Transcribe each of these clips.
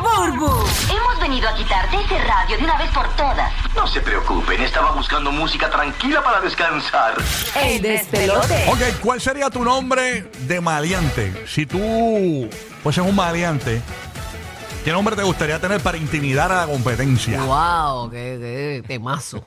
Burbu. Hemos venido a quitarte ese radio de una vez por todas. No se preocupen, estaba buscando música tranquila para descansar. El despelote. Ok, ¿cuál sería tu nombre de maleante? Si tú fueses un maleante, ¿qué nombre te gustaría tener para intimidar a la competencia? Wow, qué, qué temazo.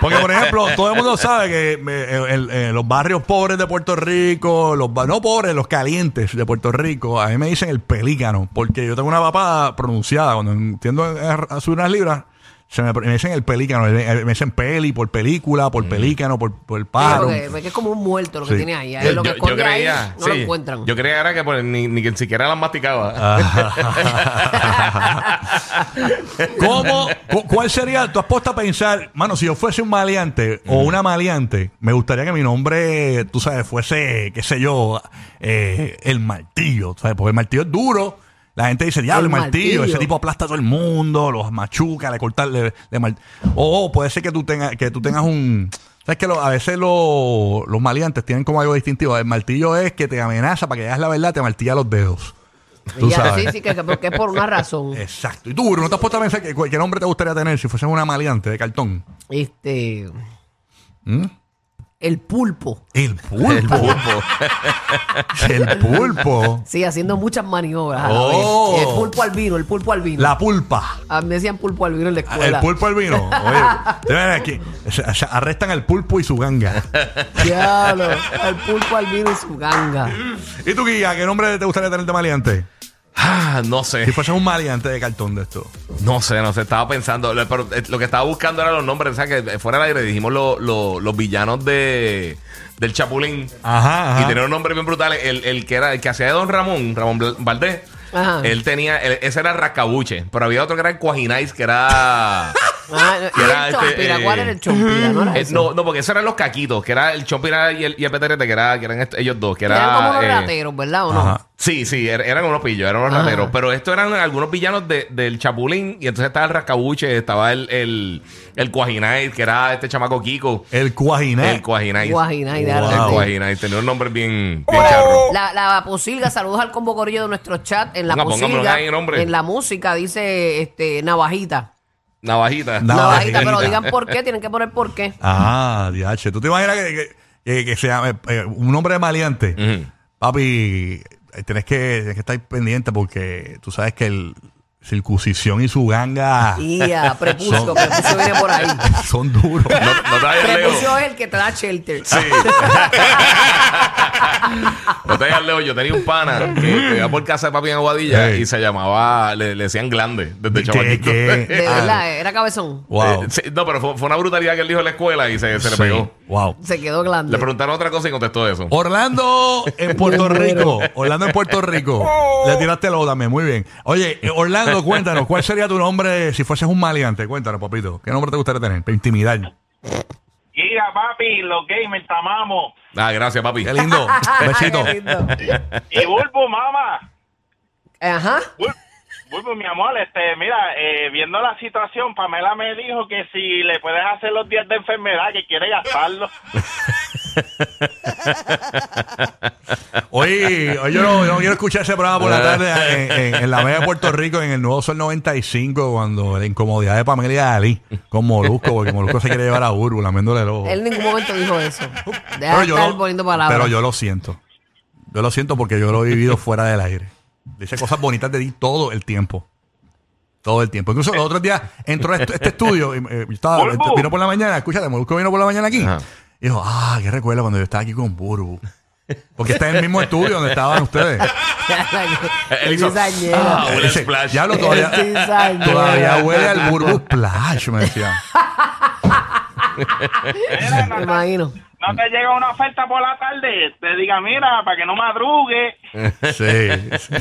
Porque, por ejemplo, todo el mundo sabe que eh, el- eh, los barrios pobres de Puerto Rico, los ba- no pobres, los calientes de Puerto Rico, a mí me dicen el pelícano, porque yo tengo una papada pronunciada. Cuando entiendo a, a subir unas libras, se me, me dicen el pelícano, me, me dicen peli por película, por pelícano, por, por pájaro. Porque, porque es como un muerto lo que Sí. tiene ahí. ahí Ah, Yo, lo que yo- yo esconde creía, ahí, no lo sí, encuentran. Yo creía era que pues, ni, ni que siquiera las masticaba. ¿Cómo? cu- ¿Cuál sería? Tú has puesto a pensar, mano, si yo fuese un maleante o una maleante, me gustaría que mi nombre, tú sabes, fuese, qué sé yo, eh, el martillo, ¿sabes? Porque el martillo es duro. La gente dice, diablo, El el martillo, martillo. ese tipo aplasta a todo el mundo, los machuca, le corta, le, le mar- O puede ser que tú tengas, que tú tengas un. ¿Sabes que lo- a veces lo- los maleantes tienen como algo distintivo? El martillo es que te amenaza para que digas la verdad, te martilla los dedos. Tú Y ya, sabes. Sí, sí, que, que- porque es por una razón. Eh. Exacto. Y tú, Bruno, ¿no te has puesto a pensar que cualquier nombre te gustaría tener si fueses una maleante de cartón? Este. ¿Mm? El pulpo. El pulpo. El pulpo. Sí, haciendo muchas maniobras. a la Oh. vez. El pulpo al vino, el pulpo al vino. La pulpa. A mí me decían pulpo al vino Ah, en la El escuela. pulpo al vino. Oye, de verdad que se- se arrestan al pulpo y su ganga. Diablo, el pulpo al vino y su ganga. ¿Y tú, Guía, qué nombre te gustaría tener de maleante? Ah, no Si sé, fueses un maleante de cartón de esto. no sé, no sé, estaba pensando, lo, pero, eh, lo que estaba buscando eran los nombres, o sea, que eh, fuera del aire dijimos lo- lo- los villanos de, del Chapulín Ah, Ajá, y tenían un nombre bien brutal, el, el que era, el que hacía de Don Ramón, Ramón Bla- Valdés, Ajá. él tenía, él- ese era Rascabuche, pero había otro que era el Cuajinais, que era... Ah, no, Que y era el este, chompira, ¿cuál eh, era el chompira? No, era Eh, ese. no, no, porque esos eran los caquitos, que era el Chompira y el, y el Peterete, que, era, que eran est- ellos dos, que era... Eran como los eh, rateros, ¿verdad o no? Ajá. Sí, sí, er- eran unos pillos, eran unos Ajá. rateros. Pero estos eran algunos villanos de- del Chapulín. Y entonces estaba el Rascabuche, estaba el, el, el Cuajinay, que era este chamaco Kiko. El cuajiné. El Cuajinay. Guajina y de Wow. El Arrate. Cuajinay. Tenía un nombre bien, bien charro. La, la posilga, saludos al combo corillo de nuestro chat. En la Ponga- pongámoslo posilga, ahí, hombre. en la música dice este navajita. Navajita. Navajita. Navajita, pero digan por qué, tienen que poner por qué. Ah, diache. ¿Tú te imaginas que, que, que- que sea eh, eh, un hombre de maleante? Ujú. Papi, eh, tenés que, tenés que estar pendiente porque tú sabes que el circuncisión y su ganga Y a prepucio, Son- prepucio viene por ahí. son duros. No, no te vayas lejos. Prepucio es el que te da shelter. Sí. no te vayas lejos. Yo tenía un pana que que iba por casa de papi en Aguadilla Ey. y se llamaba, le, le decían glande ¿Qué, desde chamaquito. De qué? Ah, verdad, era cabezón. wow. Eh, sí, no, pero fue, fue una brutalidad que él dijo en la escuela y se, se le Sí, Oh. pegó. Wow. Se quedó Le grande. preguntaron otra cosa y contestó eso. Orlando en Puerto Rico. Orlando en Puerto Rico. Oh. Le tiraste lo también, muy bien. Oye, eh, Orlando, cuéntanos, ¿cuál sería tu nombre si fueses un maleante? Cuéntanos, papito. ¿Qué nombre te gustaría tener? Para intimidar. Mira, papi, los gamers te amamos. Ah, gracias, papi. Qué lindo. Besito. Qué lindo. Y Bulbo, mamá. Ajá. Bul- Bulbo, mi amor, este, mira, eh, viendo la situación, Pamela me dijo que si le puedes hacer los días de enfermedad, que quiere gastarlo. Hoy, hoy yo, no, yo no quiero escuchar ese programa por la tarde en, en- en la media de Puerto Rico, en el Nuevo Sol 95, cuando la incomodidad de Pamela y de Ali con Molusco, porque Molusco se quiere llevar a Urbu, lamiéndole el ojo. Él en ningún momento dijo eso. Deja de estar poniendo palabras. pero yo lo siento. Yo lo siento porque yo lo he vivido fuera del aire. Dice cosas bonitas de ti todo el tiempo. Todo el tiempo. Incluso los otros días entró a est- este estudio. y, eh, yo estaba- Burbu. vino por la mañana. Escúchate, Molusco vino por la mañana aquí. Ajá. Y dijo, ah, qué recuerdo cuando yo estaba aquí con Burbu. Porque está en el mismo estudio donde estaban ustedes. Él El hizo- cizañera. Ah, huele a Ese, splash. Ya hablo El todavía. cizañero. todavía huele al Burbu Splash, me decían. Mira, Me no, imagino. no te llega una oferta por la tarde, te diga, mira, para que no madrugue, Sí,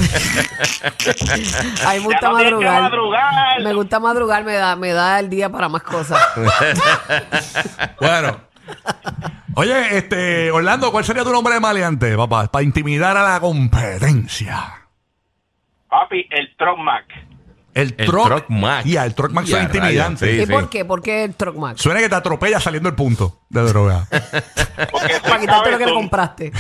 A mí me gusta no tienes que madrugar. madrugar. Me gusta madrugar, me da, me da el día para más cosas. Bueno. Oye, este, Orlando, ¿cuál sería tu nombre de maleante, papá? Para intimidar a la competencia. papi, el Trotmac. El, El truck, Truck Mac. Ya, el truck Mac Ya, suena intimidante. rayos, ¿Y Sí, sí. por qué? ¿Por qué el truck max? Suena que te atropella saliendo el punto de droga. Porque, soy Para quitarte lo que le cabezón, compraste.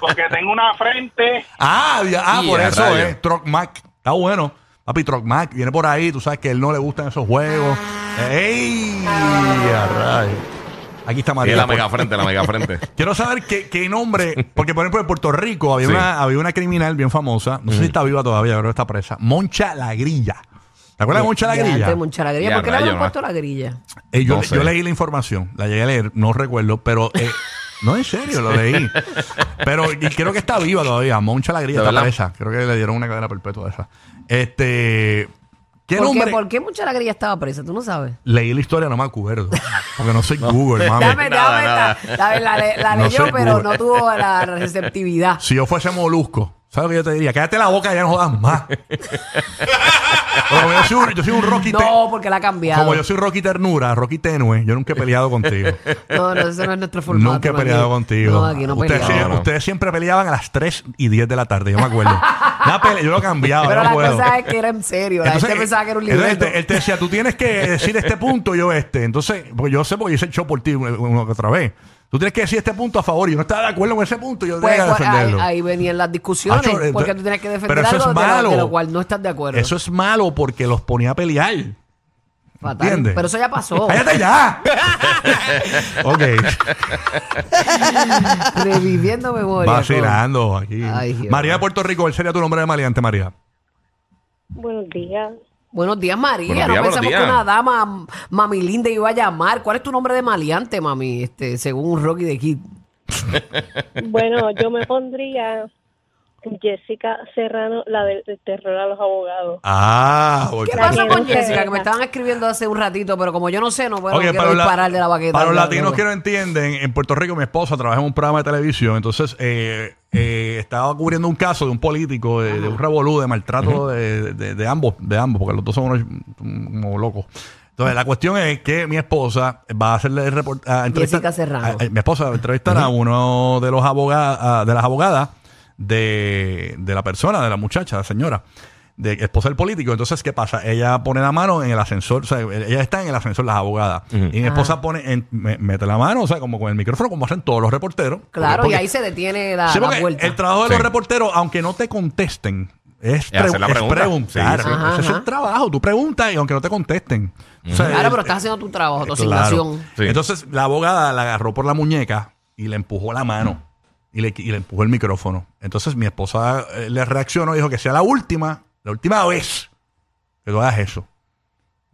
porque tengo una frente. ah, ya, ah, Ya, por eso, rayos. eh. Truck Mac. Está bueno. Papi, Truck Mac viene por ahí. Tú sabes que a él no le gustan esos juegos. ¡Ey! Ya, rayos. Aquí está Y María. pues. la por- mega frente, la mega frente. Quiero saber qué, qué nombre, porque por ejemplo en Puerto Rico había, Sí. una, había una criminal bien famosa, no sé si está viva todavía, creo que está presa, Moncha la Grilla. ¿Te acuerdas de Moncha la Ya, Grilla? de Moncha la grilla. Ya, ¿Por qué le rayo, han ma. puesto la grilla? Eh, yo, No sé. yo leí la información, la llegué a leer, no recuerdo, pero... eh, no, en serio, lo leí. Pero y creo que está viva todavía, Moncha la Grilla ¿De está verdad? presa. Creo que le dieron una cadena perpetua a esa. Este... ¿Qué ¿Por nombre? qué, ¿Por qué Moncha la grilla estaba presa? Tú no sabes. Leí la historia, no me acuerdo. Porque no soy Google, mami. Dame, Nada, dame, nada. ta- dame, la, le- la No leyó, sé, pero Google. no tuvo la receptividad. Si yo fuese molusco, ¿sabes lo que yo te diría? Cállate la boca y ya no jodas más. Pero yo soy un, yo soy un Rocky te- No, porque la ha cambiado. Como yo soy Rocky Ternura, Rocky Tenue, yo nunca he peleado contigo. No, no, ese no es nuestro formato. nunca he Manny. peleado contigo. No, aquí no ustedes, peleamos. sí- No, no. ustedes siempre peleaban a las 3 y 10 de la tarde, yo me acuerdo. Una pelea- yo lo cambiaba, Pero yo no la puedo. cosa es que era en serio. La Entonces, gente pensaba que era un entonces libreto. Él, te- él te decía, tú tienes que decir este punto, yo este. Entonces, pues yo sé, porque hice el show por ti una- una que otra vez. Tú tienes que decir este punto a favor. Y yo no estaba de acuerdo con ese punto, yo Pues, tenía que pues, ahí, defenderlo. ahí venían las discusiones. Acho, eh, porque pero- tú tienes que pero defender eso algo es de lo- de, malo. lo cual no estás de acuerdo. Eso es malo porque los ponía a pelear. Fatal. ¿Entiendes? Pero eso ya pasó. ¡Cállate ya! ok. Reviviendo memoria. Vacilando aquí. Ay, Dios. María de Puerto Rico, ¿cuál sería tu nombre de maleante, María? Buenos días. Buenos días, María. Buenos no días, buenos pensamos que días. una dama, mami linda, iba a llamar. ¿Cuál es tu nombre de maleante, mami? Este, según Rocky de Kid. Bueno, yo me pondría Jessica Serrano, la del del terror a los abogados. Ah, ok. ¿Qué pasa con Qué Jessica? Que me linda. estaban escribiendo hace un ratito, pero como yo no sé, no puedo Ok, no quiero la- disparar de la baqueta. para los Ya, latinos no. que no entienden, en Puerto Rico mi esposa trabaja en un programa de televisión, entonces eh, eh, estaba cubriendo un caso de un político, de, Ah. de un revolú, de maltrato de, de- de ambos, de ambos, porque los dos son unos mm, como locos. Entonces, la cuestión es que mi esposa va a hacerle el report- a entrevistar- Jessica Serrano. a- a- mi esposa va a entrevistar a uno de los abogados, a- de las abogadas de, de la persona, de la muchacha, de la señora, de esposa del político. Entonces, ¿qué pasa? Ella pone la mano en el ascensor, o sea, ella está en el ascensor, las abogadas. Y mi Ah. esposa pone, en- me- mete la mano, o sea, como con el micrófono, como hacen todos los reporteros. Claro, Porque- y ahí se detiene la, Sí, la porque vuelta. el trabajo de los Sí. reporteros, aunque no te contesten, es, Es hacer la pre- es pregunta. preguntar. Sí, sí. Ajá, Ese es ajá. el trabajo. Tú preguntas y aunque no te contesten. O sea, Claro, el- pero estás haciendo tu trabajo, tu este- Eh, Claro. asignación. Sí. Entonces la abogada la agarró por la muñeca y le empujó la mano y le, y le empujó el micrófono. Entonces mi esposa eh, le reaccionó y dijo que sea la última, la última vez que tú hagas eso.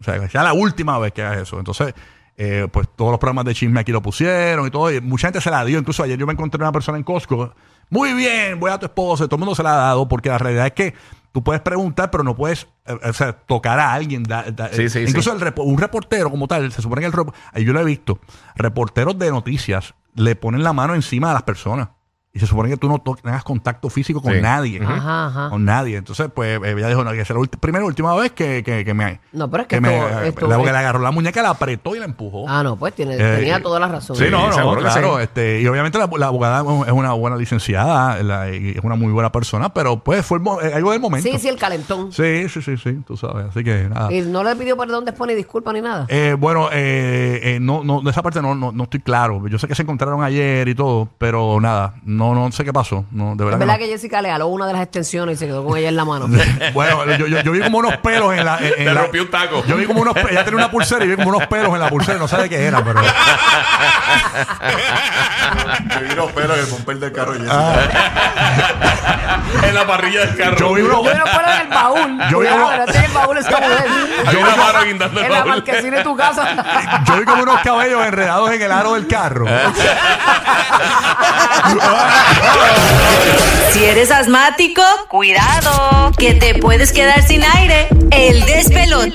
O sea, que sea la última vez que hagas eso. Entonces, eh, pues todos los programas de chisme aquí lo pusieron y todo. Y mucha gente se la dio. Incluso ayer yo me encontré una persona en Costco. Muy bien, voy a tu esposo. Todo el mundo se la ha dado porque la realidad es que tú puedes preguntar, pero no puedes eh, o sea, tocar a alguien. da- da- Sí, sí, incluso sí. el repo- un reportero como tal, se supone que el rep- ahí yo lo he visto, reporteros de noticias le ponen la mano encima de las personas. Y se supone que tú no to- tengas contacto físico con Sí. nadie. Ajá, ajá. Con nadie. Entonces, pues, eh, ella dijo, no, que será la ulti- primera y última vez que, que, que me... No, pero es que me- eh, esto- esto- la, que le agarró la muñeca, la apretó y la empujó. Ah, no, pues tiene, Eh, tenía toda la razón. Sí, no, Sí, no, seguro que claro. sí. Este, y obviamente la, la abogada es una buena licenciada, la- y es una muy buena persona, pero pues fue el mo- eh, algo del momento. Sí, sí, el calentón. sí, sí, sí, sí, tú sabes. Así que nada. Y no le pidió perdón después ni disculpa ni nada. Eh, bueno, eh, eh, no, no, de esa parte no, no, no estoy claro. Yo sé que se encontraron ayer y todo, pero nada, no, no sé qué pasó. No, de Es verdad. verdad que que Jessica le jaló una de las extensiones y se quedó con ella en la mano. no. Bueno, yo, yo- yo vi como unos pelos en la. en- en Le la- rompió un taco. Yo vi como unos. pe- Ella tenía una pulsera y vi como unos pelos en la pulsera. No sabe qué era, pero. Yo vi los pelos en el bumper del carro. Jessica. Ah. ah, en la parrilla del carro. Yo vi unos. Yo no fuera del baúl. Yo Cuidado, digo- no tiene el baúl esta mujer. Hay una mano guindando el En la baúl. marquesina de tu casa. Yo vi como unos cabellos enredados en el aro del carro. Ah. Ah. Si eres asmático, cuidado, que te puedes quedar sin aire. El despelote.